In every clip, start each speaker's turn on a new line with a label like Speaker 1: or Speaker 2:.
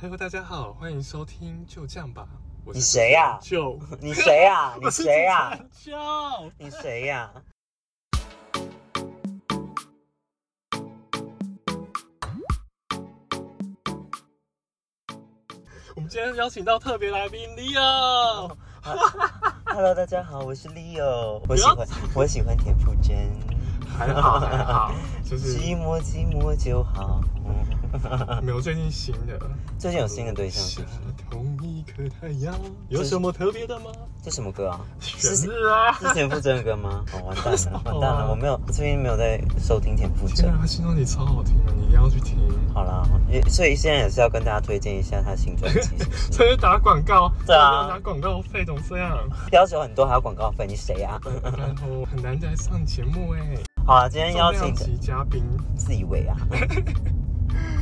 Speaker 1: Hello，大家好，欢迎收听就这样吧。我是
Speaker 2: 你谁呀、
Speaker 1: 就
Speaker 2: 你谁呀、
Speaker 1: 我
Speaker 2: 你
Speaker 1: 是
Speaker 2: 谁啊呀、
Speaker 1: 主持人
Speaker 2: 你谁呀、
Speaker 1: 就我们今天邀请到特别来宾 Leo，
Speaker 2: Hello，大家好，我是 Leo，
Speaker 1: 要
Speaker 2: 我喜欢我喜欢田馥甄，
Speaker 1: 还 好还好，就是
Speaker 2: 寂寞寂寞就好。
Speaker 1: 没有最近新的
Speaker 2: 最近有新的对象是
Speaker 1: 是
Speaker 2: 不是？
Speaker 1: 同一颗太阳，有什么特别的吗？
Speaker 2: 这什么歌啊？是
Speaker 1: 生日啊！
Speaker 2: 是田馥甄的歌吗？哦，完 蛋了，完蛋
Speaker 1: 哇
Speaker 2: 了，我没有，我最近没有在收听田馥
Speaker 1: 天
Speaker 2: 甄
Speaker 1: 啊，。他新专辑超好听啊的，你一定要去听。
Speaker 2: 好啦，也所以现在也是要跟大家推荐一下他新专 辑，是不是？
Speaker 1: 这是打广告，
Speaker 2: 对啊
Speaker 1: 没有打广告费总这样，
Speaker 2: 要求很多，还要广告费，你谁呀、
Speaker 1: 然后很难来上节目哎。
Speaker 2: 好啦，今天邀
Speaker 1: 重
Speaker 2: 请
Speaker 1: 量级嘉宾，
Speaker 2: 自以为啊。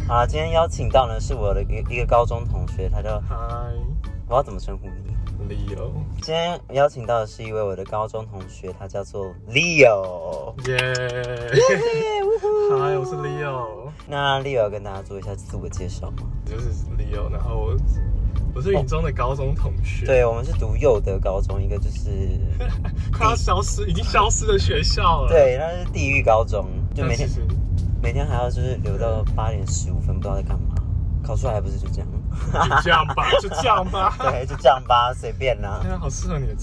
Speaker 2: 好啦，今天邀请到呢是我的一个一个高中同学，他叫
Speaker 1: 嗨
Speaker 2: 我要怎么称呼你？
Speaker 1: ，Leo。
Speaker 2: 今天邀请到的是一位我的高中同学，他叫做 Leo。
Speaker 1: 耶！
Speaker 2: 耶呜呼
Speaker 1: 嗨，我是 Leo，
Speaker 2: 那 Leo 要跟大家做一下自我介绍吗？
Speaker 1: 就是 Leo，然后我我是云中的高中同学，，
Speaker 2: 哦对，我们是读幼德高中，一个 就是
Speaker 1: 快要消失，已经消失的学校了。，
Speaker 2: 对，那是地狱高中，就每天
Speaker 1: 其实
Speaker 2: 每天还要就是留到八点十五分，不知道在干嘛。考出来还不是就 这样？
Speaker 1: 就这样吧，就这样吧。
Speaker 2: 对，就这样吧，随便啦
Speaker 1: 天。啊，好适合你的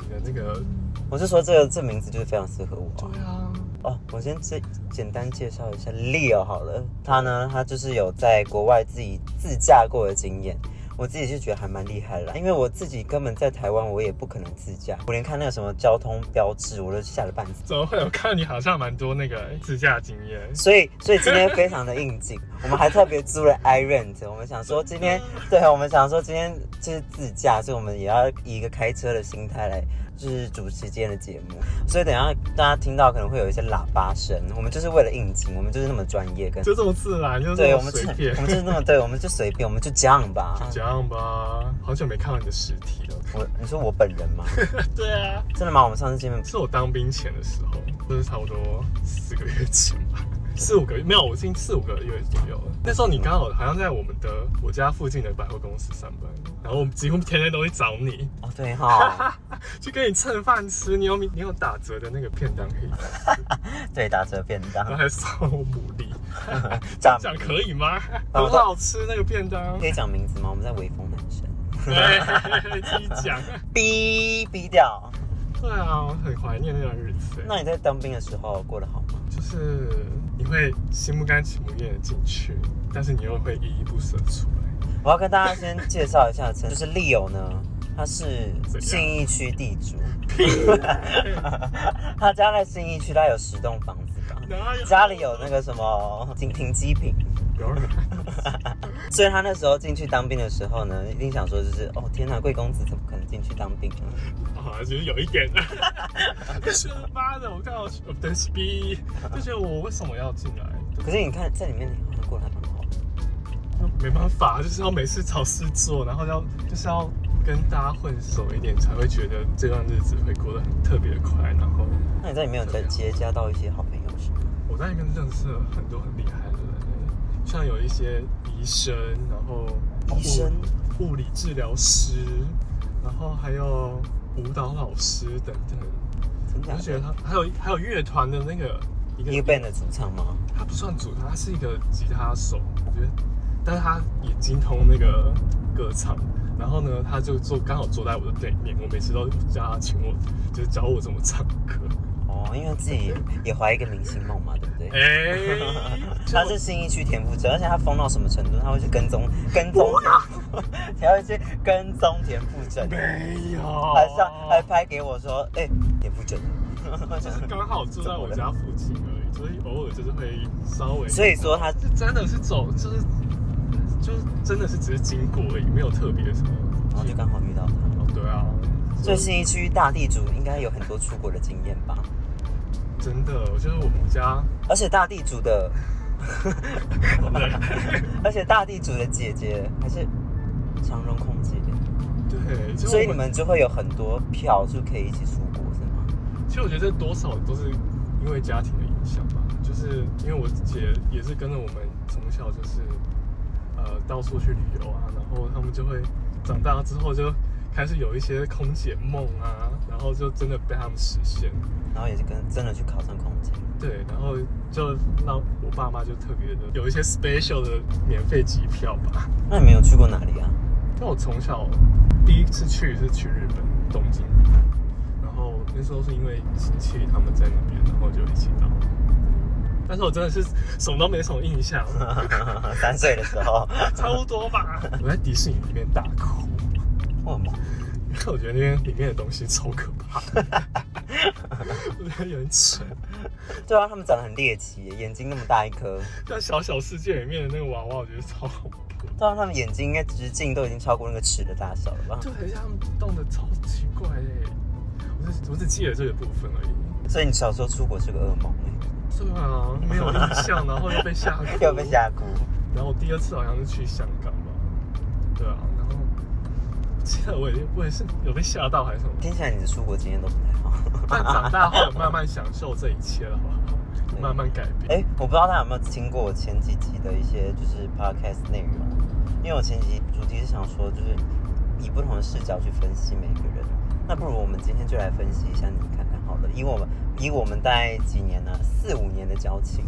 Speaker 1: 你的那个，
Speaker 2: 我是说这个这名字就是非常适合我啊、
Speaker 1: 对啊，
Speaker 2: 哦，我先简简单介绍一下 Leo 好了，他呢，他就是有在国外自己自驾过的经验。我自己是觉得还蛮厉害的啦，因为我自己根本在台湾我也不可能自驾，我连看那个什么交通标志我都吓得半死。
Speaker 1: 怎么会有看你好像蛮多那个哎自驾经验？
Speaker 2: 所以，所以今天非常的应景， 我们还特别租了 iRent，我们想说今天，对，我们想说今天就是自驾，所以我们也要以一个开车的心态来，就是主持今天的节目。所以等一下大家听到可能会有一些喇叭声，我们就是为了应景，我们就是那么专业跟
Speaker 1: 就这么自然，就
Speaker 2: 对，
Speaker 1: 这
Speaker 2: 我
Speaker 1: 么
Speaker 2: 们
Speaker 1: 随
Speaker 2: 真的
Speaker 1: 便
Speaker 2: 我，们就是那么对，我们就随便，我们就这样吧。
Speaker 1: 这样吧。好久没看到你的实体了。
Speaker 2: 我你说我本人吗？
Speaker 1: 对啊，
Speaker 2: 真的吗？我们上次见面
Speaker 1: 是我当兵前的时候，就是差不多四个月前吧， 四五个月没有，我已经四五个月左右了。那时候你刚好好像在我们的我家附近的百货公司上班，然后我们几乎天天都会找你，
Speaker 2: 哦，对 哈，
Speaker 1: 去跟你蹭饭吃。你有你有打折的那个便当可 以吃，
Speaker 2: 对，打折便当
Speaker 1: 然 后，还送我牡蛎，
Speaker 2: 讲
Speaker 1: 讲可以吗？
Speaker 2: 好
Speaker 1: 很
Speaker 2: 的
Speaker 1: 好吃那个便 当
Speaker 2: 可，以讲名字吗？我们在微风男生，
Speaker 1: 对，哎自己讲。
Speaker 2: 逼逼掉。
Speaker 1: 对啊，我很怀念那段日子。
Speaker 2: 那你在当兵的时候过得好吗？
Speaker 1: 就是你会心不甘情不愿的进去，但是你又会依依不舍出来。
Speaker 2: 我要跟大家先介绍一下，就是 Leo 呢，他是
Speaker 1: 怎样
Speaker 2: 信义区地 主，他家在信义区，他有十栋房子吧，
Speaker 1: 哪有
Speaker 2: 家里有那个什么停停机坪。
Speaker 1: 有人
Speaker 2: 所以他那时候进去当兵的时候呢，一定想说就是哦天哪，贵公子怎么可能进去当兵呢？
Speaker 1: 啊，其实有一 点，就是妈的，我看到哦我的 B，就觉得我为什么要进来？
Speaker 2: 可是你看在里面你好像过得还蛮好的，
Speaker 1: 没办法，就是要每次找事做，然后要就是要跟大家混熟一点，才会觉得这段日子会过得很特别的快。然后
Speaker 2: 那你在里面有
Speaker 1: 啊
Speaker 2: 在结交到一些好朋友是吗？
Speaker 1: 我在里面认识了很多很厉害的人，像有一些医生，然后
Speaker 2: 医生
Speaker 1: 物、物理治疗师，然后还有舞蹈老师等等。
Speaker 2: 真
Speaker 1: 我就觉
Speaker 2: 假
Speaker 1: 得
Speaker 2: 的？啊
Speaker 1: 他还有还有乐团的那个一个
Speaker 2: 一个 band 的主唱吗？
Speaker 1: 他不算主唱，他是一个吉他手，我觉得，但是他也精通那个歌唱。然后呢，他就坐刚好坐在我的对面，我每次都叫他请我，就是教我怎么唱 歌。
Speaker 2: 哦，因为自己也怀一个明星梦嘛，对不对？
Speaker 1: 哎、
Speaker 2: 他是新一区田馥甄，而且他疯到什么程度？他会去跟踪 跟踪田馥甄，他会去跟踪田馥甄，
Speaker 1: 没有，
Speaker 2: 还上还拍给我说，哎、田馥甄，
Speaker 1: 就是刚好住在我家附近而已，所以偶尔就是会稍微。
Speaker 2: 所以说他
Speaker 1: 是真的是走，就是就是真的是只是经过而已，没有特别什么。
Speaker 2: 然后就刚好遇到他。
Speaker 1: 哦，对啊，
Speaker 2: 所以新一区大地主应该有很多出国的经验吧？
Speaker 1: 真的，我觉得我们家
Speaker 2: 而且大地主的，
Speaker 1: 对
Speaker 2: 而且大地主的姐姐还是长荣空姐，
Speaker 1: 对，就
Speaker 2: 所以
Speaker 1: 我
Speaker 2: 你们就会有很多票是可以一起出国，是吗？
Speaker 1: 其实我觉得这多少都是因为家庭的影响吧，就是因为我姐也是跟着我们从小就是呃到处去旅游啊，然后他们就会长大之后就开始有一些空姐梦啊，然后就真的被他们实现。
Speaker 2: 然后也是跟真的去考上空姐，
Speaker 1: 对，然后就让我爸妈就特别的有一些 special 的免费机票吧。
Speaker 2: 那你没有去过哪里啊？
Speaker 1: 那我从小第一次去是去日本东京，然后那时候是因为亲戚他们在那边，然后就一起到。但是我真的是什么都没什么印象，
Speaker 2: 啊 三岁的时候，
Speaker 1: 差不多吧。我在迪士尼里面大哭，
Speaker 2: 哇嘛，
Speaker 1: 因为我觉得那边里面的东西超可怕的，我觉得有点扯。
Speaker 2: 对啊，他们长得很猎奇，眼睛那么大一颗，
Speaker 1: 在小小世界里面的那个娃娃，我觉得超恐怖。
Speaker 2: 对啊，他们眼睛应该直径都已经超过那个尺的大小了吧？
Speaker 1: 就很像动的超奇怪耶、我只我只记得这个部分而已。
Speaker 2: 所以你小时候出国是个噩梦
Speaker 1: 对啊，没有印象，然后又被吓
Speaker 2: 哎、
Speaker 1: 哭，
Speaker 2: 要被。吓哭。
Speaker 1: 然后我第二次好像是去香港吧，对啊，然后我记得我也我也是有被吓到还是什么，
Speaker 2: 听起来你的出国经验都不太好。
Speaker 1: 但长大后慢慢享受这一切了，好不 好？慢慢改变。
Speaker 2: 哎、我不知道大家有没有听过我前几集的一些就是 podcast 内容，因为我前几集主题是想说就是以不同的视角去分析每个人。那不如我们今天就来分析一下你看看好了，以我们以我们大概几年呢、四五年的交情，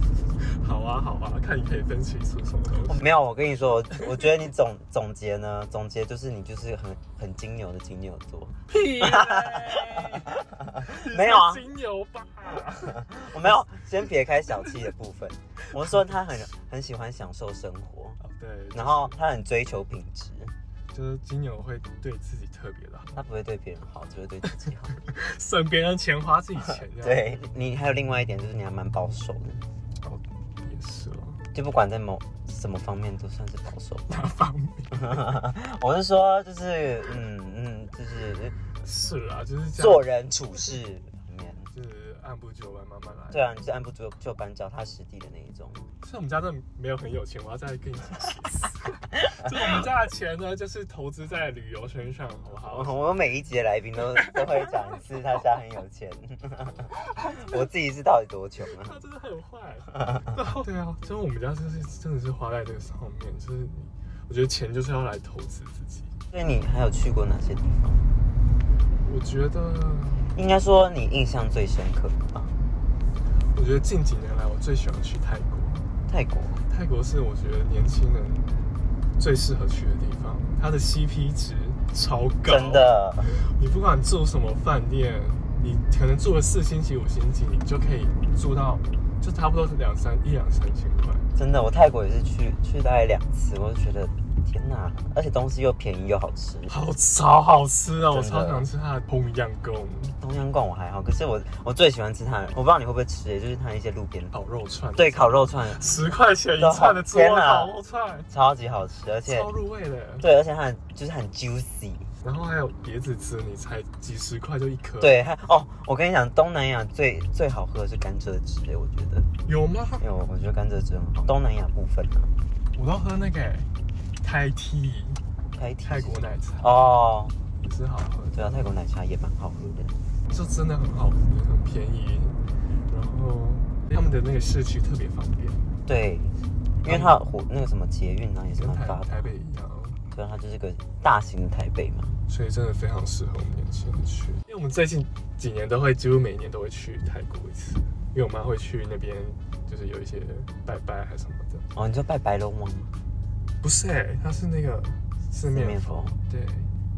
Speaker 1: 好啊好啊，看你可以分析出什么 东西。
Speaker 2: 没有，我跟你说，我我觉得你总总结呢，总结就是你就是很很金牛的金牛座。
Speaker 1: 屁 嘞！
Speaker 2: 没有啊
Speaker 1: 你是金牛吧？
Speaker 2: 我没有，先撇开小气的部分，我说他很很喜欢享受生活，
Speaker 1: 哦对，就是
Speaker 2: 然后他很追求品质，
Speaker 1: 就是金牛会对自己特别的好，
Speaker 2: 他不会对别人好，只会对自 己好。
Speaker 1: 省别人钱花自己钱这样。
Speaker 2: 对你还有另外一点就是你还蛮保守的，
Speaker 1: 哦，也是了，
Speaker 2: 就不管在某什么方面都算是保守。
Speaker 1: 哪方面？
Speaker 2: 我是说，就是嗯嗯，就是
Speaker 1: 是啊，就是这
Speaker 2: 做
Speaker 1: 样，
Speaker 2: 人处事里面，
Speaker 1: 就是按部就班，慢慢来。
Speaker 2: 对啊，你是按部就就班，脚踏实地的那一种。
Speaker 1: 像我们家真的没有很有钱，我要再跟你 解释。就是我们家的钱呢，就是投资在旅游身上，好不
Speaker 2: 我
Speaker 1: 好？
Speaker 2: 我每一节来宾都都会讲一次他家很 有钱，我自己是到底多穷啊？
Speaker 1: 他真的很坏。然后对啊，就是我们家就是真的是花在这个上面，就是你，我觉得钱就是要来投资自己。
Speaker 2: 所以你还有去过哪些地方？
Speaker 1: 我觉得，
Speaker 2: 应该说你印象最深刻的吧？
Speaker 1: 我觉得近几年来我最喜欢去泰国。
Speaker 2: 泰国，
Speaker 1: 泰国是我觉得年轻人最适合去的地方，它的 CP 值超高，
Speaker 2: 真。的，
Speaker 1: 你不管住什么饭店，你可能住了四星级、五星级，你就可以住到就差不多是两三一两三千块。
Speaker 2: 真的，我泰国也是去去大概两次，我就觉得天哪，而且东西又便宜又好吃。
Speaker 1: 好超好吃啊！我
Speaker 2: 真的
Speaker 1: 超想吃它的烹羊羹、
Speaker 2: 东阳馆我还好，可是我我最喜欢吃它的，我不知道你会不会吃，也就是它一些路边
Speaker 1: 烤肉串，
Speaker 2: 对，烤肉串，
Speaker 1: 十块钱一串的猪肉
Speaker 2: 天哪
Speaker 1: 烤肉串，
Speaker 2: 超级好吃，而且
Speaker 1: 超入味的。
Speaker 2: 对，而且它很就是很 juicy。
Speaker 1: 然后还有椰子汁，你才几十块就一颗，，
Speaker 2: 对，它哦，我跟你讲，东南亚最最好喝的是甘蔗汁，欸我觉得，
Speaker 1: 有吗？
Speaker 2: 因为我我觉得甘蔗汁很好。东南亚部分啊呢、
Speaker 1: 我都喝那个开 T
Speaker 2: 啊，开
Speaker 1: 泰国奶茶。
Speaker 2: 哦，
Speaker 1: 也是好喝的，
Speaker 2: 对啊，泰国奶茶也蛮好喝的。
Speaker 1: 就真的很好喝，很便宜，然后他们的那个市区特别方便，
Speaker 2: 对，因为它有火那个什么捷运呢、也是
Speaker 1: 跟
Speaker 2: 蛮
Speaker 1: 台
Speaker 2: 发达
Speaker 1: 台
Speaker 2: 的，
Speaker 1: 北一样，
Speaker 2: 对啊，它就是个大型的台北嘛。
Speaker 1: 所以真的非常适合我们年轻人去。因为我们最近几年都会几乎每年都会去泰国一次，因为我妈会去那边，就是有一些拜拜还是什么的。
Speaker 2: 哦，你说拜白龙王吗？
Speaker 1: 不是哎、它是那个四
Speaker 2: 四
Speaker 1: 面
Speaker 2: 面
Speaker 1: 佛
Speaker 2: 佛，
Speaker 1: 对，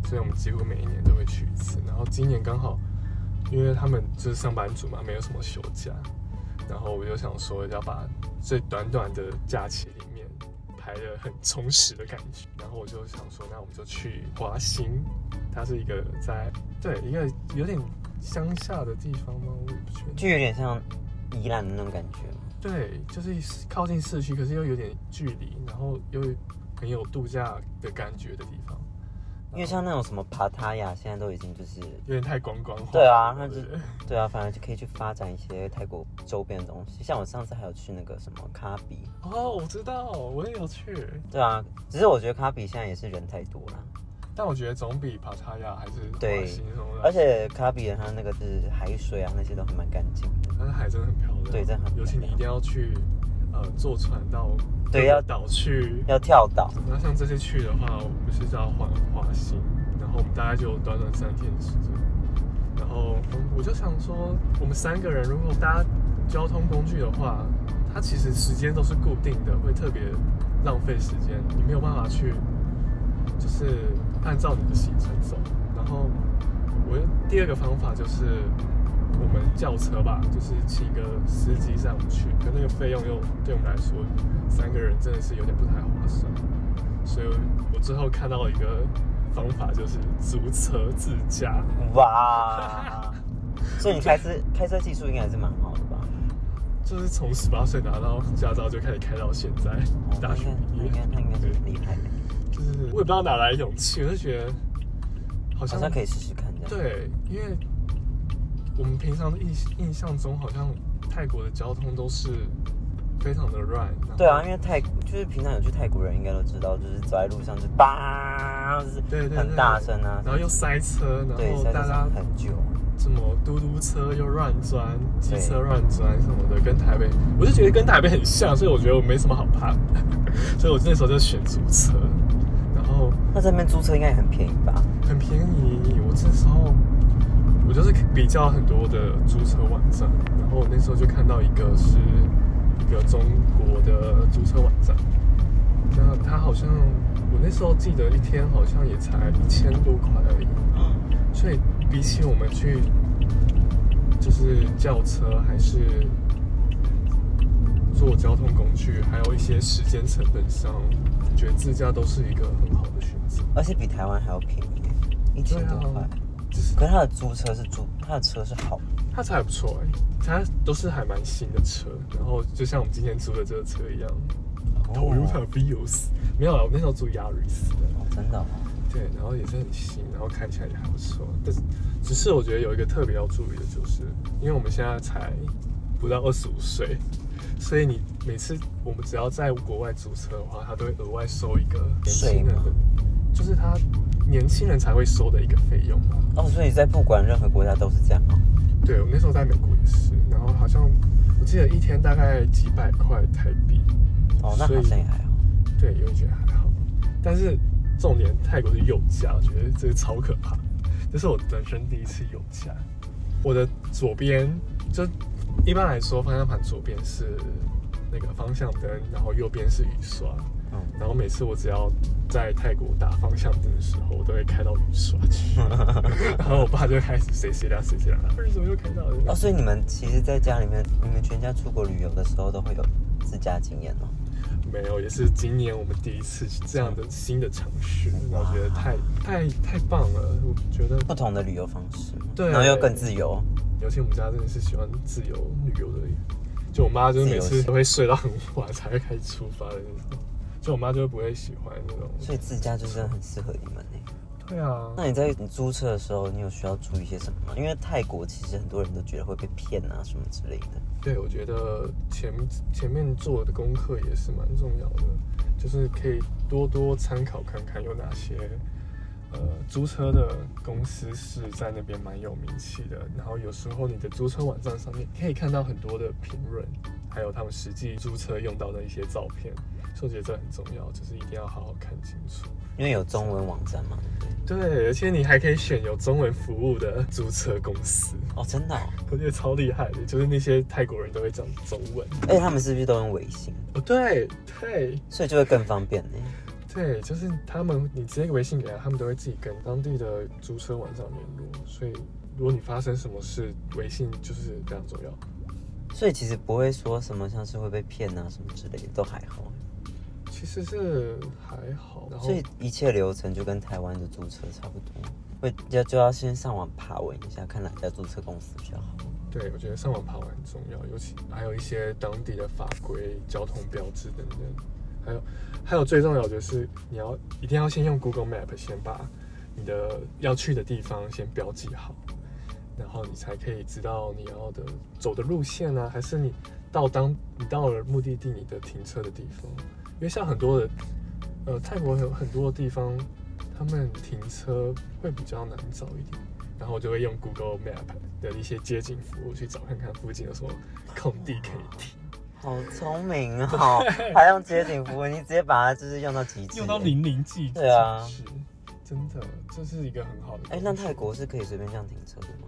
Speaker 1: 所以我们几乎每一年都会去一次。然后今年刚好，因为他们就是上班族嘛，没有什么休假，然后我就想说要把这短短的假期里面排的很充实的感觉。然后我就想说，那我们就去华兴，它是一个在对一个有点乡下的地方吗？我也不确定。
Speaker 2: 就有点像宜兰的那种感觉。
Speaker 1: 对，就是靠近市区，可是又有点距离，然后又很有度假的感觉的地方，
Speaker 2: 因为像那种什么帕塔亚，现在都已经就是，
Speaker 1: 有点太观光化了。
Speaker 2: 对啊那
Speaker 1: 对
Speaker 2: 就
Speaker 1: 不对
Speaker 2: 对啊，反而就可以去发展一些泰国周边的东西。像我上次还有去那个什么卡比，
Speaker 1: 哦，我知道，我也有去，
Speaker 2: 对啊，只是我觉得卡比现在也是人太多了，
Speaker 1: 但我觉得总比帕塔亚还是
Speaker 2: 对
Speaker 1: 华兴什么的
Speaker 2: 而且卡比的它那个是海水啊那些都还蛮干净的。
Speaker 1: 它的海真的很漂亮。
Speaker 2: 对真的很漂亮
Speaker 1: 尤其你一定要去呃坐船到各
Speaker 2: 对
Speaker 1: 个
Speaker 2: 要
Speaker 1: 岛去。
Speaker 2: 要跳岛，
Speaker 1: 那像这次去的话，我们是到环华新，然后我们大概就短短三天时间。然后我就想说，我们三个人如果搭交通工具的话，它其实时间都是固定的，会特别浪费时间，你没有办法去就是按照你的行程走。然后我第二个方法就是我们叫车吧，就是请个司机载我们去，可那个费用又对我们来说，三个人真的是有点不太划算。所以我最后看到一个方法，就是租车自驾。
Speaker 2: 哇！所以你开车开车技术应该还是蛮好的吧？
Speaker 1: 就是从十八岁拿到驾照就开始开到现在
Speaker 2: 哦，
Speaker 1: 大学毕
Speaker 2: 那
Speaker 1: 业
Speaker 2: 应，该那应该是
Speaker 1: 对
Speaker 2: 很厉害的，
Speaker 1: 就是我也不知道哪来勇气，我就觉得好
Speaker 2: 好
Speaker 1: 像
Speaker 2: 像可以试试看这样。，
Speaker 1: 对，因为我们平常的印印象中好像泰国的交通都是非常的乱，然后
Speaker 2: 对啊，因为泰就是平常有去泰国人应该都知道，就是走在路上就叭，就是
Speaker 1: 对对对
Speaker 2: 很大声啊，
Speaker 1: 然后又塞车，然
Speaker 2: 对，
Speaker 1: 后
Speaker 2: 塞
Speaker 1: 大家
Speaker 2: 车很久。
Speaker 1: 什么嘟嘟车又乱钻，机
Speaker 2: 对
Speaker 1: 车乱钻什么的，跟台北，我就觉得跟台北很像，所以我觉得我没什么好怕的， 所以我那时候就选租车，然后
Speaker 2: 那这边租车应该也很便宜吧？
Speaker 1: 很便宜。我这时候我就是比较很多的租车网站，然后我那时候就看到一个是一个中国的租车网站，那它好像我那时候记得一天好像也才一千多块而已。所以比起我们去就是轿车还是坐交通工具，还有一些时间成本上，我觉得自驾都是一个很好的选择。
Speaker 2: 而且比台湾还要便宜，一千多
Speaker 1: 对
Speaker 2: 块
Speaker 1: 啊。就是
Speaker 2: 可是他的租车是租，他的车是好，
Speaker 1: 它车还不错哎、它都是还蛮新的车，然后就像我们今天租的这个车一样，Toyota Vios，没有啊，我那时候租 Yaris 的。
Speaker 2: 哦，真的、哦。
Speaker 1: 对，然后也是很新，然后看起来也还不错。但是，只是我觉得有一个特别要注意的，就是因为我们现在才不到二十五岁，所以你每次我们只要在国外租车的话，他都会额外收一个年轻人
Speaker 2: 税吗
Speaker 1: 的，就是他年轻人才会收的一个费用吧。
Speaker 2: 哦，所以在不管任何国家都是这样哦。
Speaker 1: 对我那时候在美国也是，然后好像我记得一天大概几百块台币，
Speaker 2: 哦，那好像也还好。
Speaker 1: 对，有觉得还好。但是重点，泰国的右驾，我觉得这是超可怕的。这是我人生第一次右驾。我的左边，就一般来说方向盘左边是那个方向灯，然后右边是雨刷。
Speaker 2: 嗯，
Speaker 1: 然后每次我只要在泰国打方向灯的时候，我都会开到雨刷去。 然后我爸就开始谁谁啦谁谁啦，为什么又开到了？
Speaker 2: 哦，所以你们其实在家里面，你们全家出国旅游的时候都会有自驾经验哦。
Speaker 1: 没有，也是今年我们第一次这样的新的尝试，
Speaker 2: 哇
Speaker 1: 我觉得太太太棒了。我觉得，
Speaker 2: 不同的旅游方式，
Speaker 1: 对
Speaker 2: 然后又更自由。
Speaker 1: 尤其我们家真的是喜欢自由旅游的人，就我妈就是每
Speaker 2: 自由
Speaker 1: 次
Speaker 2: 行
Speaker 1: 都会睡到很晚才会开始出发的那种，就我妈就不会喜欢那种。
Speaker 2: 所以自驾就真的很适合你们呢。
Speaker 1: 对啊，
Speaker 2: 那你在你租车的时候，你有需要注意些什么吗？因为泰国其实很多人都觉得会被骗啊什么之类的。
Speaker 1: 对，我觉得前前面做的功课也是蛮重要的，就是可以多多参考看看有哪些呃租车的公司是在那边蛮有名气的，然后有时候你的租车网站上面可以看到很多的评论，还有他们实际租车用到的一些照片，所以我觉得这很重要，就是一定要好好看清楚。
Speaker 2: 因为有中文网站嘛，对不对？
Speaker 1: 对，而且你还可以选有中文服务的租车公司，
Speaker 2: 哦，真的、哦，
Speaker 1: 我觉得超厉害的，就是那些泰国人都会讲中文。
Speaker 2: 而且他们是不是都用微信？
Speaker 1: 哦，对对
Speaker 2: 所以就会更方便欸呢。
Speaker 1: 对，就是他们，你直接微信给他，他们都会自己跟当地的租车网站联络。所以，如果你发生什么事，微信就是非常重要。
Speaker 2: 所以其实不会说什么像是会被骗啊什么之类的，都还好。
Speaker 1: 其实是还好，然后
Speaker 2: 所以一切流程就跟台湾的租车差不多，会要就要先上网爬文一下，看哪家租车公司比较好。
Speaker 1: 对我觉得上网爬文很重要，尤其还有一些当地的法规、交通标志等等，还有还有最重要的就是你要一定要先用 Google Map 先把你的要去的地方先标记好，然后你才可以知道你要的走的路线啊，还是你到当你到了目的地你的停车的地方，因为像很多的呃泰国有很多地方，他们停车会比较难找一点。然后我就会用 Google Map 的一些街景服务去找看看附近有什么空地可以停。
Speaker 2: 好聪明哦，还用街景服务，你直接把它就是用到极致，
Speaker 1: 用到。淋漓尽
Speaker 2: 对啊
Speaker 1: 致真的，这是一个很好的。
Speaker 2: 哎、那泰国是可以随便这样停车的吗？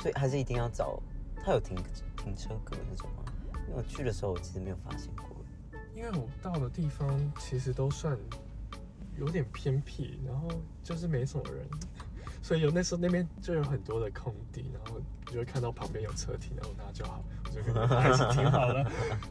Speaker 2: 所以还是一定要找，它有停停车格那种吗？因为我去的时候我其实没有发现过。
Speaker 1: 因为我到的地方其实都算有点偏僻，然后就是没什么人， 所以有那时候那边就有很多的空地，然后你就会看到旁边有车停，然后那就好，我就跟他一起停好了。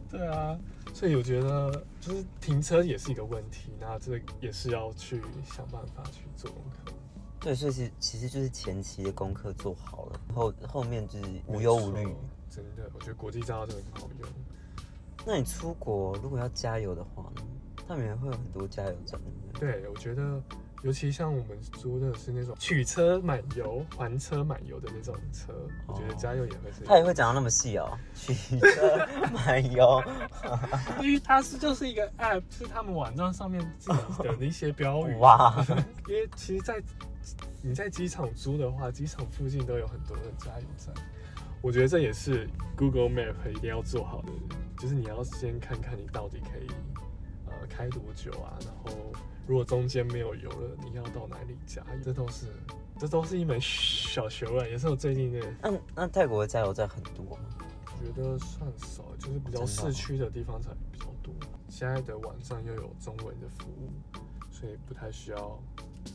Speaker 1: 对啊，所以我觉得就是停车也是一个问题，那这也是要去想办法去做功课。
Speaker 2: 对，所以其实其实就是前期的功课做好了，后后面就是无忧无
Speaker 1: 没
Speaker 2: 虑
Speaker 1: 错。，真的，我觉得国际照真的很好用。
Speaker 2: 那你出国如果要加油的话呢？他们也会有很多加油站，对不对？
Speaker 1: 对，我觉得，尤其像我们租的是那种取车满油、还车满油的那种车，我觉得加油也会是一个，
Speaker 2: 他也会讲到那么细哦， 取车 买油，
Speaker 1: 因为它是就是一个 app，是他们网站上面自己的一些标语。
Speaker 2: 哇，
Speaker 1: 因为其实在，你在机场租的话，机场附近都有很多的加油站。我觉得这也是 Google Map 一定要做好的，就是你要先看看你到底可以呃开多久啊，然后如果中间没有油了，你要到哪里加油，这都是这都是一门小学问，也是我最近的
Speaker 2: 那那泰国的加油站很多吗？
Speaker 1: 觉得算少，就是比
Speaker 2: 哦
Speaker 1: 较市区的地方才比较多。现在的网站又有中文的服务，所以不太需要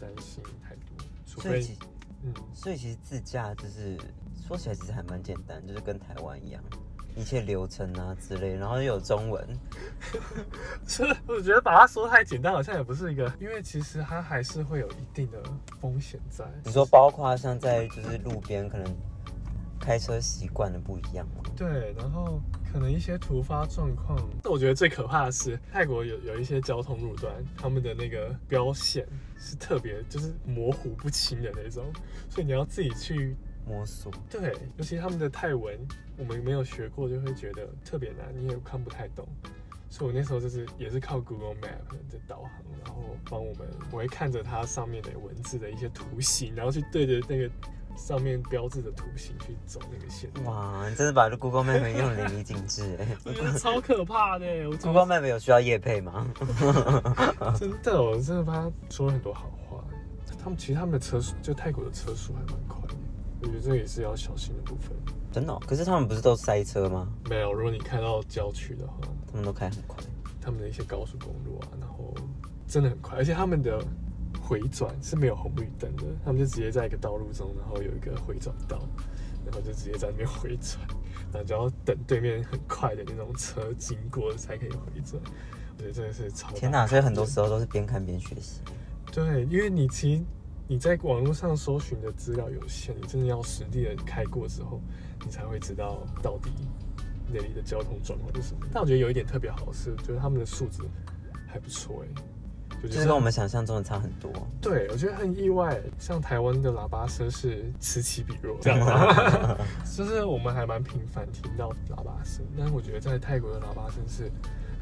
Speaker 1: 担心太多，除
Speaker 2: 所以
Speaker 1: 非
Speaker 2: 其
Speaker 1: 嗯，
Speaker 2: 所以其实自驾就是说起来其实还蛮简单，就是跟台湾一样，一切流程啊之类，然后又有中文，
Speaker 1: 是我觉得把它说太简单，好像也不是一个，因为其实它还是会有一定的风险在。
Speaker 2: 你说包括像在就是路边可能开车习惯的不一样吗？
Speaker 1: 对，然后可能一些突发状况，但我觉得最可怕的是泰国有有一些交通路段，他们的那个标线是特别就是模糊不清的那种，所以你要自己去
Speaker 2: 摸索，
Speaker 1: 对，尤其他们的泰文，我们没有学过，就会觉得特别难，你也看不太懂。所以我那时候就是也是靠 Google Map 的导航，然后帮我们，我会看着它上面的文字的一些图形，然后去对着那个上面标志的图形去走那个线。哇，
Speaker 2: 哇，你真的把这 Google Map 用淋漓尽致 哎、
Speaker 1: 我觉得超可怕的，欸我怎
Speaker 2: Google
Speaker 1: 么
Speaker 2: Map 有需要夜配吗？
Speaker 1: 真的，我真的帮他说了很多好话。他们其实他们的车速，就泰国的车速还蛮快的，我觉得这也是要小心的部分。
Speaker 2: 真的哦、可是他们不是都塞车吗？
Speaker 1: 没有，如果你开到郊区的话，
Speaker 2: 他们都开很快。
Speaker 1: 他们的一些高速公路啊，然后真的很快，而且他们的回转是没有红绿灯的，他们就直接在一个道路中，然后有一个回转道，然后就直接在那边回转，然后就要等对面很快的那种车经过才可以回转。我觉得真的是超
Speaker 2: 天
Speaker 1: 哪！
Speaker 2: 哪！所以很多时候都是边看边学习。
Speaker 1: 对，因为你其实你在网络上搜寻的资料有限，你真的要实地的开过之后，你才会知道到底那里的交通状况是什么。但我觉得有一点特别好的是，就是他们的素质还不错哎、就
Speaker 2: 就是跟我们想象中的差很多。
Speaker 1: 对，我觉得很意外，像台湾的喇叭声是此起彼落，这样 啊吗？就是我们还蛮频繁听到喇叭声，但是我觉得在泰国的喇叭声是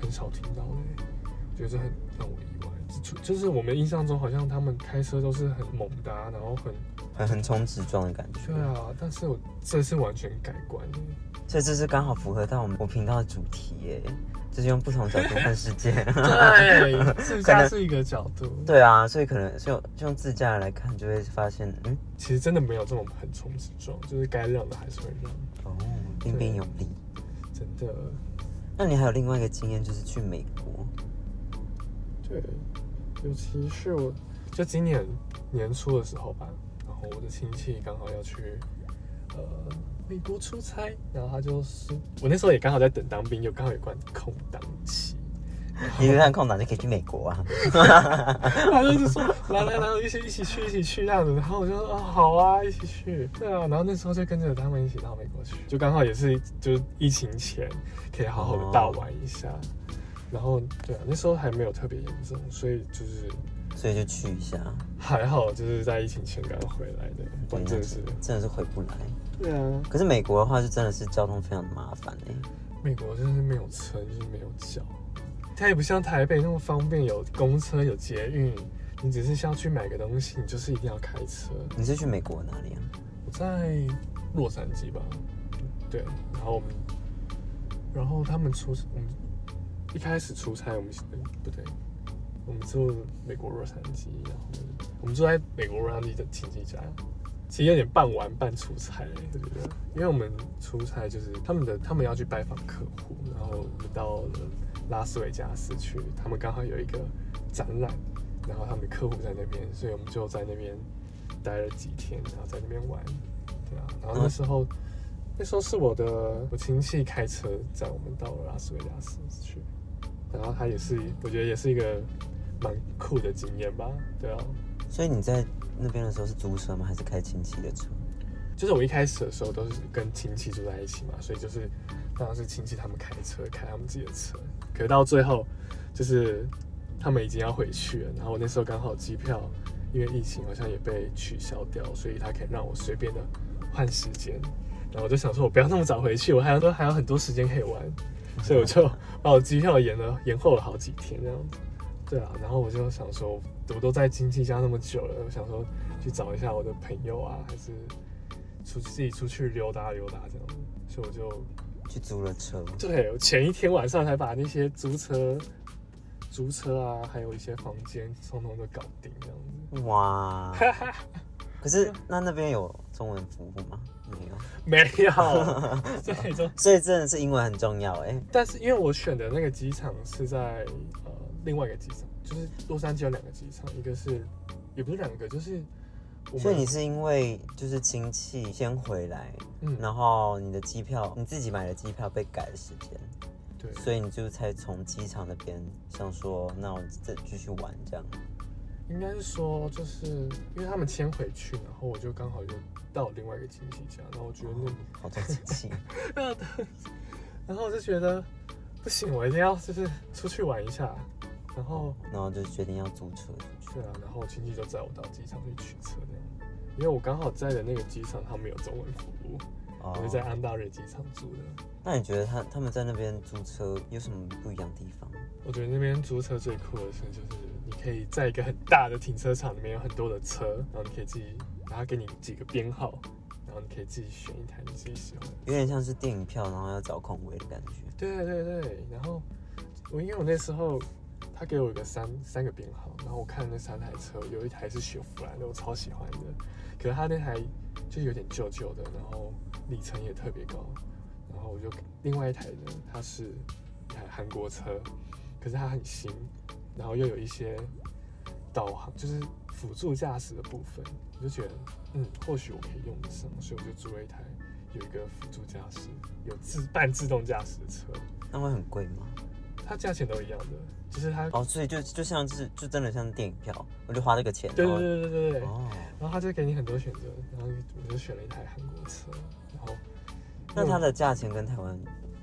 Speaker 1: 很少听到的，我觉得这很让我意外。就就是我们印象中好像他们开车都是很猛的啊、然后很
Speaker 2: 很横冲直撞的感觉。
Speaker 1: 对啊，但是我这次完全改观了。
Speaker 2: 所以这是刚好符合到我们我频道的主题耶，就是用不同角度看世界。
Speaker 1: 对，自驾是一个角度，
Speaker 2: 对啊，所以可能就就用自驾来看，就会发现，嗯，
Speaker 1: 其实真的没有这种横冲直撞，就是该让的还是会让，
Speaker 2: 哦，彬彬有礼。
Speaker 1: 真的。
Speaker 2: 那你还有另外一个经验，就是去美国，
Speaker 1: 对，尤其是我，就今年年初的时候吧，然后我的亲戚刚好要去呃美国出差，然后他就是我那时候也刚好在等当兵，就刚好有关空档期，
Speaker 2: 你一旦空档就可以去美国啊。
Speaker 1: 他就是说来来来，一起一起去，一起去这样子。然后我就说啊、好啊，一起去。对啊，然后那时候就跟着他们一起到美国去，就刚好也是就是疫情前可以好好的大玩一下。然后对啊，那时候还没有特别严重，所以就是
Speaker 2: 所以就去一下。
Speaker 1: 还好，就是在疫情前刚回来的，
Speaker 2: 对
Speaker 1: 完，
Speaker 2: 那
Speaker 1: 正是。
Speaker 2: 哦真的是回不来。
Speaker 1: 对啊，
Speaker 2: 可是美国的话，就真的是交通非常麻烦哎。
Speaker 1: 美国真的是没有车，就是没有脚，它也不像台北那么方便，有公车有捷运，你只是要去买个东西，你就是一定要开车。
Speaker 2: 你是去美国哪里啊？
Speaker 1: 我在洛杉矶吧，对，然后我们然后他们出我们一开始出差，我们嗯不对，我们住美国洛杉矶，然后我们住在美国洛杉矶的亲戚家，其实有点半玩半出差，我觉得，因为我们出差就是他们的他们要去拜访客户，然后我们到了拉斯维加斯去，他们刚好有一个展览，然后他们的客户在那边，所以我们就在那边待了几天，然后在那边玩，对啊，然后那时候。那时候是我的我亲戚开车载我们到拉斯维加斯去，然后他也是我觉得也是一个蛮酷的经验吧，对啊，
Speaker 2: 所以你在那边的时候是租车吗？还是开亲戚的车？
Speaker 1: 就是我一开始的时候都是跟亲戚住在一起嘛，所以就是当然是亲戚他们开车开他们自己的车，可是到最后就是他们已经要回去了，然后我那时候刚好机票因为疫情好像也被取消掉，所以他可以让我随便的换时间，然后我就想说我不要那么早回去，我还要都还有很多时间可以玩，所以我就把我机票延了延后了好几天这样子。对啊，然后我就想说，我都在亲戚家那么久了，我想说去找一下我的朋友啊，还是出自己出去溜达溜达这样，所以我就
Speaker 2: 去租了车，
Speaker 1: 对我前一天晚上才把那些租车、租车啊，还有一些房间，通通都搞定这样 子。
Speaker 2: 哇！可是那那边有中文服务吗？没有，
Speaker 1: 没有，对，就
Speaker 2: 所以真的是英文很重要哎、
Speaker 1: 但是因为我选的那个机场是在呃另外一个机场，就是呃洛杉矶有两个机场，一个是也不是两个，就是我
Speaker 2: 所以
Speaker 1: 们
Speaker 2: 你是因为就是亲戚先回来，
Speaker 1: 嗯
Speaker 2: 然后你的机票你自己买的机票被改的时间，
Speaker 1: 对
Speaker 2: 所以你就才从机场那边想说，那我再继续玩这样。
Speaker 1: 应该是说，就是因为他们先回去，然后我就刚好就到另外一个亲戚家，然后我觉得那，
Speaker 2: 好多 亲戚，
Speaker 1: 然后我就觉得不行，我一定要就是出去玩一下，然后
Speaker 2: 然后就决定要租车出去。
Speaker 1: 对啊，然后我亲戚就载我到机场去取车这样，因为我刚好在的那个机场他们有中文服务，我就在安大瑞机场住的。
Speaker 2: 哦那你觉得他他们在那边租车有什么不一样的地方？
Speaker 1: 我觉得那边租车最酷的是，就是你可以在一个很大的停车场里面有很多的车，然后你可以自己，然后给你几个编号，然后你可以自己选一台你自己喜欢的。
Speaker 2: 有点像是电影票，然后要找空位的感觉。
Speaker 1: 对对对，然后我因为我那时候他给我一个三三个编号，然后我看那三台车，有一台是雪佛兰的，我超喜欢的，可是他那台就有点旧旧的，然后里程也特别高，然后我就另外一台呢，它是一台韩国车，可是它很新，然后又有一些导航，就是辅助驾驶的部分，我就觉得嗯，或许我可以用得上，所以我就租了一台。有一个辅助驾驶，有自半自动驾驶的车，
Speaker 2: 那会很贵吗？
Speaker 1: 它价钱都一样的，就是它，
Speaker 2: 哦，所以就就像是就真的像电影票，我就花这个钱。
Speaker 1: 对对
Speaker 2: 然后
Speaker 1: 对对对嗯对，
Speaker 2: 哦，
Speaker 1: 然后它就给你很多选择，然后我就选了一台韩国车，然后
Speaker 2: 那它的价钱跟台湾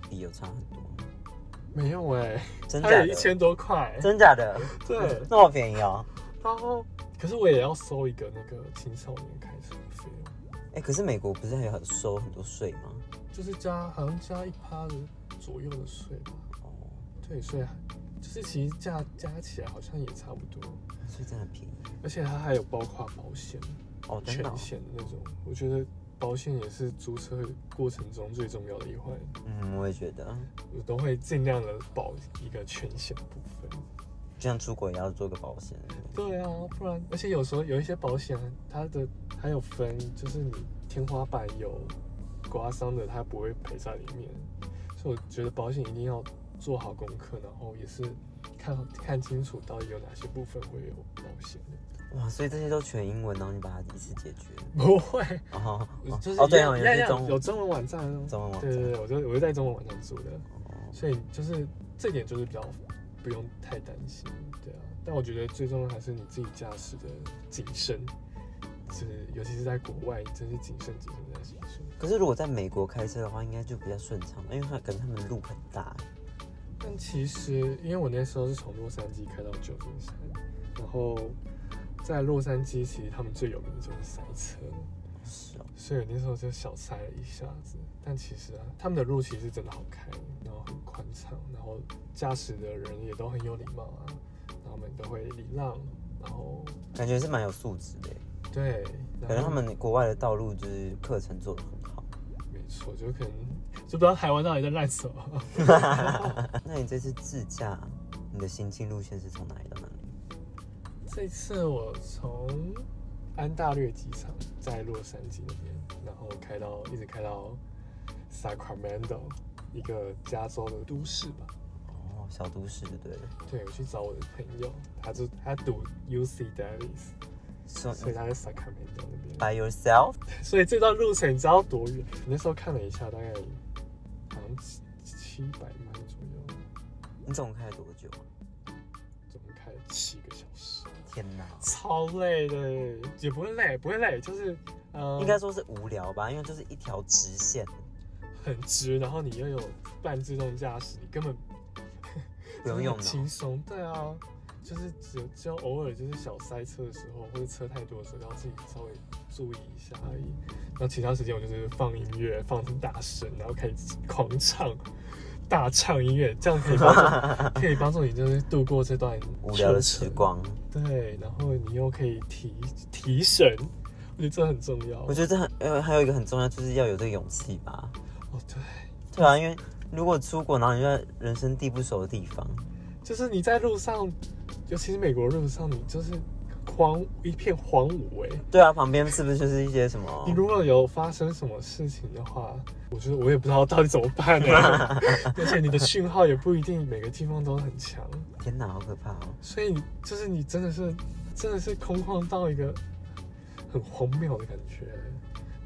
Speaker 2: 比有差很多吗，
Speaker 1: 没有哎、
Speaker 2: 真假
Speaker 1: 它有
Speaker 2: 的？
Speaker 1: 一千多块，
Speaker 2: 真假的？
Speaker 1: 对，
Speaker 2: 那么便宜哦？
Speaker 1: 然后可是我也要收一个那个青少年开车的费用，
Speaker 2: 哎、可是美国不是还有很收很多税吗？
Speaker 1: 就是加好像加一趴的左右的税吧，
Speaker 2: 哦，
Speaker 1: 对，所以还就是其实加加起来好像也差不多，
Speaker 2: 所以真的便宜
Speaker 1: 而且它还有包括保险。
Speaker 2: 哦，真
Speaker 1: 全
Speaker 2: 的哦、
Speaker 1: 险的那种。我觉得保险也是租车过程中最重要的一环，
Speaker 2: 嗯，我也觉得，
Speaker 1: 我都会尽量的保一个全险的部分。
Speaker 2: 就像出国也要做个保险。对不对
Speaker 1: 对啊，不然而且有时候有一些保险，它的还有分，就是你天花板有刮伤的，它不会赔在里面。所以我觉得保险一定要做好功课，然后也是看看清楚到底有哪些部分会有保险的。
Speaker 2: 哇，所以这些都全英文，然后你把它一次解决。
Speaker 1: 不会，
Speaker 2: 哦，哦
Speaker 1: 就是
Speaker 2: 哦，对
Speaker 1: 一样
Speaker 2: 哦，
Speaker 1: 一
Speaker 2: 有
Speaker 1: 样
Speaker 2: 些中
Speaker 1: 啊有
Speaker 2: 文。
Speaker 1: 中文网站哦，
Speaker 2: 中文网
Speaker 1: 对对
Speaker 2: 站
Speaker 1: 对，我就我就在中文网站做的。
Speaker 2: 哦
Speaker 1: 所以就是这点就是比较不用太担心，对啊。但我觉得最重要还是你自己驾驶的谨慎，就是尤其是在国外，真是谨慎谨慎再谨慎。
Speaker 2: 可是如果在美国开车的话，应该就比较顺畅，因为它可能他们路很大。
Speaker 1: 但其实因为我那时候是从洛杉矶开到旧金山，然后在洛杉矶其实他们最有名的就是塞车，
Speaker 2: 是哦，
Speaker 1: 所以我那时候就小塞了一下子。但其实啊，他们的路其实真的好开，然后很宽敞，然后驾驶的人也都很有礼貌啊，然后他们都会礼让，然后
Speaker 2: 感觉是蛮有素质的耶。欸
Speaker 1: 对，
Speaker 2: 可
Speaker 1: 然后
Speaker 2: 能他们国外的道路就是课程做的很好。
Speaker 1: 没错，就可能就不知道台湾到底在烂什么。
Speaker 2: 那你这次自驾，你的行进路线是从哪里到哪里？
Speaker 1: 这次我从安大略机场在洛杉矶那边，然后开到一直开到 Sacramento 一个加州的都市吧。
Speaker 2: 哦，小都市就对了。
Speaker 1: 对，我去找我的朋友，他就他读 UC Davis，
Speaker 2: So
Speaker 1: 所以他在 Sacramento 那边。
Speaker 2: by yourself？
Speaker 1: 所以这段路程你知道多远？我那时候看了一下，大概好像七七百迈左右，
Speaker 2: 你总共开了多久啊？
Speaker 1: 总共开了七个小时，
Speaker 2: 天哪！
Speaker 1: 超累的，也不会累，不会累，就是呃，
Speaker 2: 应该说是无聊吧，因为就是一条直线，
Speaker 1: 很直，然后你又有半自动驾驶，你根本
Speaker 2: 不用哦用
Speaker 1: 很
Speaker 2: 脑
Speaker 1: 轻。松。对啊，就是只有只有偶尔就是小塞车的时候，或者车太多的时候，要自己稍微注意一下而已。然后其他时间我就是放音乐，放很大声，然后开始狂唱。大唱音乐，这样可以帮助，可以帮助你就是度过这段
Speaker 2: 无聊
Speaker 1: 车
Speaker 2: 的
Speaker 1: 程
Speaker 2: 时。光，
Speaker 1: 对，然后你又可以提提神，我觉得这很重要。
Speaker 2: 我觉得这很，呃，还有一个很重要，就是要有这个勇气吧。
Speaker 1: 哦，对，
Speaker 2: 对啊，因为如果出国，然后你就在人生地不熟的地方，
Speaker 1: 就是你在路上，尤其是美国路上，你就是荒一片荒芜哎、
Speaker 2: 对啊，旁边是不是就是一些什么
Speaker 1: 你？如果有发生什么事情的话，我觉得我也不知道到底怎么办呢、而且你的讯号也不一定每个地方都很强，
Speaker 2: 天哪，好可怕哦！
Speaker 1: 所以你就是你真的是真的是空旷到一个很荒谬的感觉。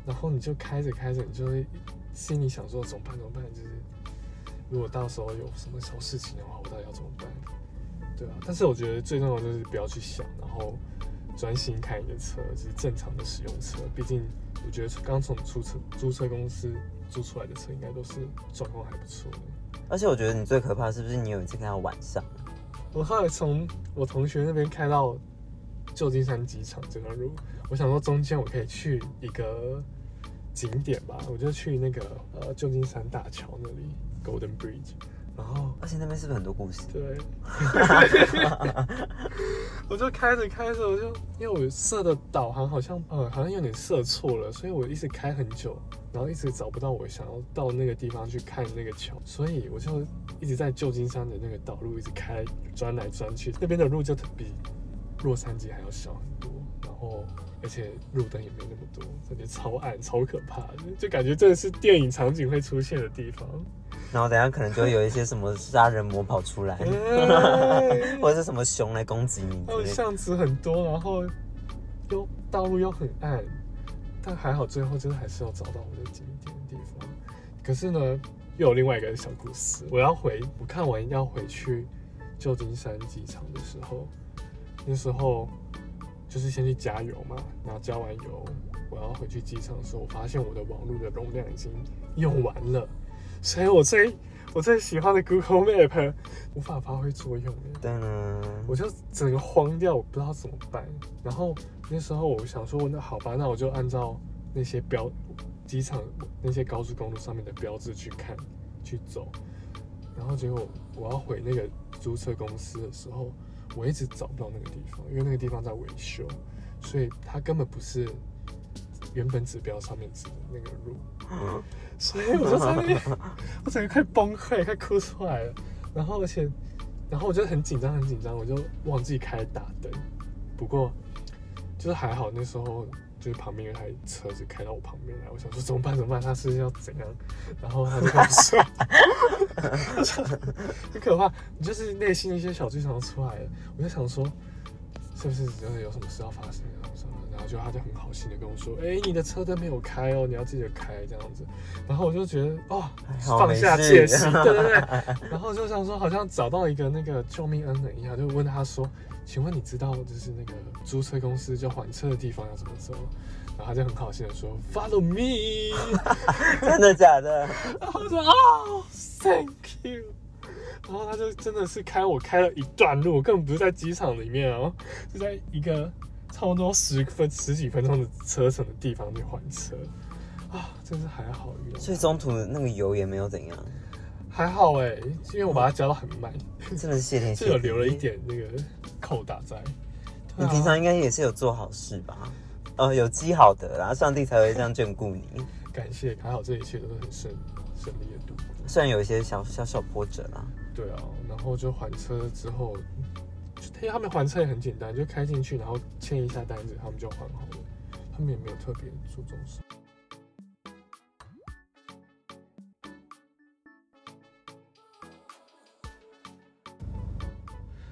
Speaker 1: 然后你就开着开着，你就会心里想说怎么办怎么办？就是如果到时候有什么小事情的话，我到底要怎么办？对啊，但是我觉得最重要的就是不要去想，然后专心开你的车，就是正常的使用车。毕竟我觉得刚从租车租车公司租出来的车，应该都是状况还不错的。
Speaker 2: 而且我觉得你最可怕的是不是你有一次看到晚上？
Speaker 1: 我后来从我同学那边开到旧金山机场这段路，我想说中间我可以去一个景点吧，我就去那个呃旧金山大桥那里 Golden Bridge，然后
Speaker 2: 而且那边是不是很多故事？
Speaker 1: 对， 我就开着开着，我就因为我设的导航好像呃好像有点设错了，所以我一直开很久，然后一直找不到我想要到那个地方去看那个桥，所以我就一直在旧金山的那个道路一直开钻来钻去，那边的路就比洛杉矶还要小很多，然后而且路灯也没那么多，这边超暗超可怕的，就感觉这是电影场景会出现的地方。
Speaker 2: 然后等一下可能就会有一些什么杀人魔跑出来，
Speaker 1: 嗯哎
Speaker 2: 或者是什么熊来攻击你
Speaker 1: 还有
Speaker 2: 之类的。
Speaker 1: 巷子很多，然后又道路又很暗，但还好最后真的还是要找到我的景点的地方。可是呢，又有另外一个小故事。我要回，我看完要回去旧金山机场的时候，那时候就是先去加油嘛，然后加完油，我要回去机场的时候，我发现我的网络的容量已经用完了，所以我最我最喜欢的 Google Map 无法发挥作用了。
Speaker 2: 对呢，
Speaker 1: 我就整个慌掉，我不知道怎么办。然后那时候我想说，那好吧，那我就按照那些标机场那些高速公路上面的标志去看去走。然后结果我要回那个租车公司的时候，我一直找不到那个地方，因为那个地方在维修，所以它根本不是原本指标上面指的那个路。所以我就在那边，我整个快崩溃，快哭出来了。然后而且，然后我就很紧张，很紧张，我就忘记开大灯。不过就是还好，那时候就是旁边有一台车子开到我旁边来，我想说怎么办怎么办，他是要怎样？然后他就跟我 说，我想很可怕，你 就是内心的一些小剧场出来了。我就想说，是不是真的有什么事要发生啊什么的？然后就他就很好心的跟我说，哎、你的车灯没有开哦，你要记得开这样子。然后我就觉得哦，
Speaker 2: 哎好
Speaker 1: 放下
Speaker 2: 没事
Speaker 1: 戒 心，对对对。然后就想说，好像找到一个那个救命恩人一样，就问他说，请问你知道就是那个租车公司就还车的地方要怎么走？然后他就很好心的说，Follow me 。
Speaker 2: 真的假的？
Speaker 1: 然后我 说啊、t h a n k you。然后他就真的是开我开了一段路，我根本不是在机场里面哦，就在一个差不多十分十几分钟的车程的地方去还车，啊，真是还好遇到
Speaker 2: 所以中途那个油也没有怎样，
Speaker 1: 还好哎、因为我把它加到很慢，
Speaker 2: 真的是谢天谢
Speaker 1: 就
Speaker 2: 地。
Speaker 1: 有留了一。点那个扣打在。对
Speaker 2: 你
Speaker 1: 啊
Speaker 2: 哦平常应该也是有做好事吧？呃，有积好德啦，上帝才会这样眷顾你。
Speaker 1: 感谢，还好这一切都是很顺顺利的度过。
Speaker 2: 虽然有一些小小小波折啦，
Speaker 1: 对啊，然后就还车之后，就因为他们还车也很简单，就开进去，然后签一下单子，他们就还好了。他们也没有特别注重什么。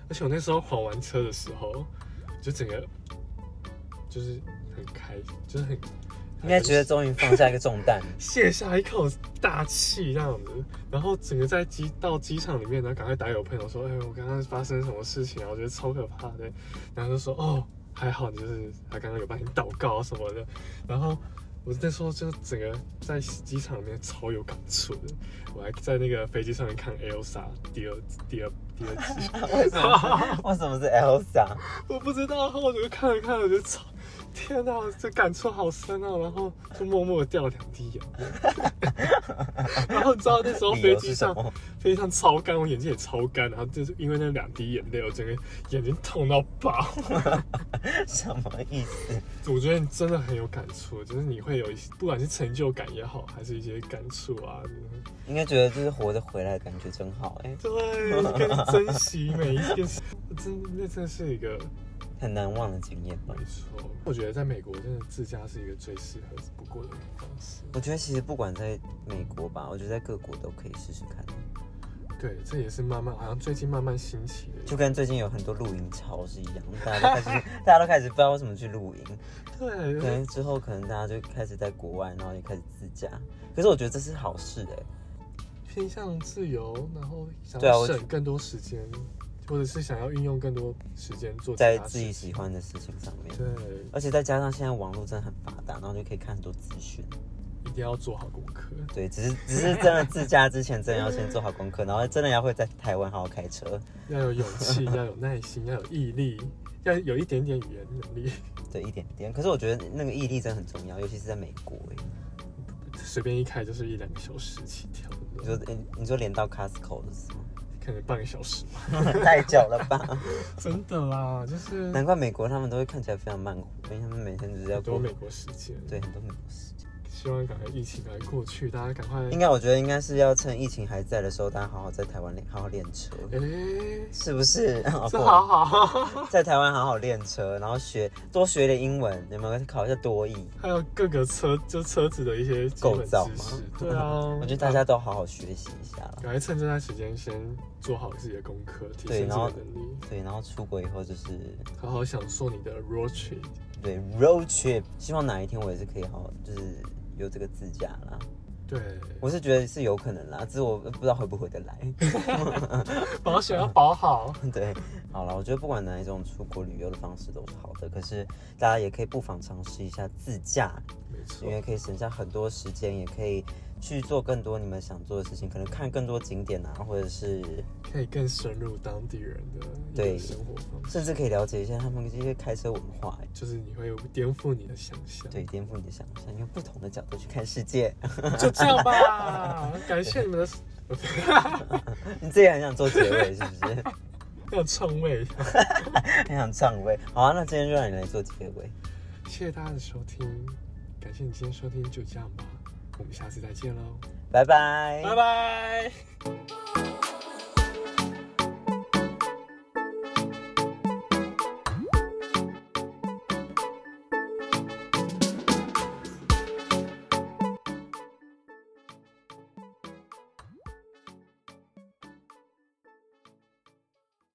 Speaker 1: 而且我那时候还完车的时候，就整个就是很开，就是很
Speaker 2: 应该觉得终于放下一个重 担。
Speaker 1: 卸下一口大气这样子，然后整个在机到机场里面，然后赶快打给我朋友说，哎、我刚刚发生什么事情啊？我觉得超可怕的。然后就说，哦，还好你就是他刚刚有帮你祷告什么的。然后我那时候就整个在机场里面超有感触的，我还在那个飞机上面看《Elsa》第二第二第二集，
Speaker 2: 为 什么？为什么是 Elsa？
Speaker 1: 我不知道，然后我就看了看，我就操，天哪、这感触好深啊！然后就默默的掉了两滴 眼泪。然后你知道那时候
Speaker 2: 理
Speaker 1: 飞
Speaker 2: 由
Speaker 1: 机
Speaker 2: 是什
Speaker 1: 上，
Speaker 2: 么？
Speaker 1: 飞机上超干，我眼睛也超干，然后就是因为那两滴眼泪，我整个眼睛痛到爆。
Speaker 2: 什么意思？
Speaker 1: 我觉得你真的很有感触，就是你会有一些，不管是成就感也好，还是一些感触啊，
Speaker 2: 应该觉得就是活着回来，感觉真好哎、
Speaker 1: 对，更珍惜每一件 事，啊真那真的是一个
Speaker 2: 很难忘的经验吧
Speaker 1: 没。错。我觉得在美国真的自驾是一个最适合不过的方式。
Speaker 2: 我觉得其实不管在美国吧，我觉得在各国都可以试试看，
Speaker 1: 对，这也是慢慢，好像最近慢慢兴起的一个。
Speaker 2: 就跟最近有很多露营潮是一样，大家都开始大家都开始不知道为什么去露营，
Speaker 1: 对，
Speaker 2: 可能之后可能大家就开始在国外，然后也开始自驾。可是我觉得这是好事哎、
Speaker 1: 偏向自由，然后想
Speaker 2: 对啊
Speaker 1: 要
Speaker 2: 我
Speaker 1: 省更多时间，或者是想要运用更多时间做其
Speaker 2: 在
Speaker 1: 他
Speaker 2: 自
Speaker 1: 事
Speaker 2: 己
Speaker 1: 情。
Speaker 2: 喜欢的事情上面，
Speaker 1: 对，
Speaker 2: 而且再加上现在网络真的很发达，然后就可以看很多资讯。
Speaker 1: 一定要做好功课。
Speaker 2: 对，只是只是真的自驾之前，真的要先做好功课，然后真的要会在台湾好好开车。
Speaker 1: 要有勇 气，要有耐心，要有毅力，要有一点点语言能力。
Speaker 2: 对，一点点。可是我觉得那个毅力真的很重要，尤其是在美国哎、
Speaker 1: 随便一开就是一两个小时起跳，
Speaker 2: 你说诶你说连到 Costco 的是吗？
Speaker 1: 可能半个小时吧。
Speaker 2: 太久了吧？
Speaker 1: 真的啦，就是
Speaker 2: 难怪美国他们都会看起来非常慢活，因为他们每天只是要
Speaker 1: 很多
Speaker 2: 过
Speaker 1: 美国时间。，
Speaker 2: 对很多美国时间。
Speaker 1: 希望赶快疫情赶快过去，大家赶快。
Speaker 2: 应该我觉得应该是要趁疫情还在的时候，大家好好在台湾练，好好练车，
Speaker 1: 哎、
Speaker 2: 是不是？哦
Speaker 1: 这好好。
Speaker 2: 在台湾好好练车，然后学多学点英文，有没有考一下多译？
Speaker 1: 还有各个车就车子的一些基
Speaker 2: 构
Speaker 1: 本
Speaker 2: 造
Speaker 1: 知
Speaker 2: 嘛
Speaker 1: 识，对啊，
Speaker 2: 我觉得大家都好好学习一下啦。
Speaker 1: 赶快趁这段时间先做好自己的功课，提升自己
Speaker 2: 对然后
Speaker 1: 的能力，
Speaker 2: 对，然后出国以后就是
Speaker 1: 好好享受你的 road trip。
Speaker 2: 对 road trip，希望哪一天我也是可以好好就是有这个自驾啦。
Speaker 1: 对，
Speaker 2: 我是觉得是有可能啦，只是我不知道回不回得来。
Speaker 1: 保险要保好，
Speaker 2: 对，好了，我觉得不管哪一种出国旅游的方式都是好的，可是大家也可以不妨尝试一下自驾，
Speaker 1: 没错
Speaker 2: 因，为可以省下很多时间，也可以去做更多你们想做的事情，可能看更多景点啊，或者是
Speaker 1: 可以更深入当地人的一个
Speaker 2: 对
Speaker 1: 生活方式，
Speaker 2: 甚至可以了解一下他们这些开车文化、欸
Speaker 1: 就是你会颠覆你的想象。
Speaker 2: 对，颠覆你的想象，用不同的角度去看世界。
Speaker 1: 就这样吧，感谢你们的。
Speaker 2: 你自己很想做结尾是不是？
Speaker 1: 要篡位，
Speaker 2: 很想唱位。好啊，那今天就让你来做结尾。
Speaker 1: 谢谢大家的收听，感谢你今天收听，就这样吧，我们下次再见喽，
Speaker 2: 拜拜。
Speaker 1: 拜拜。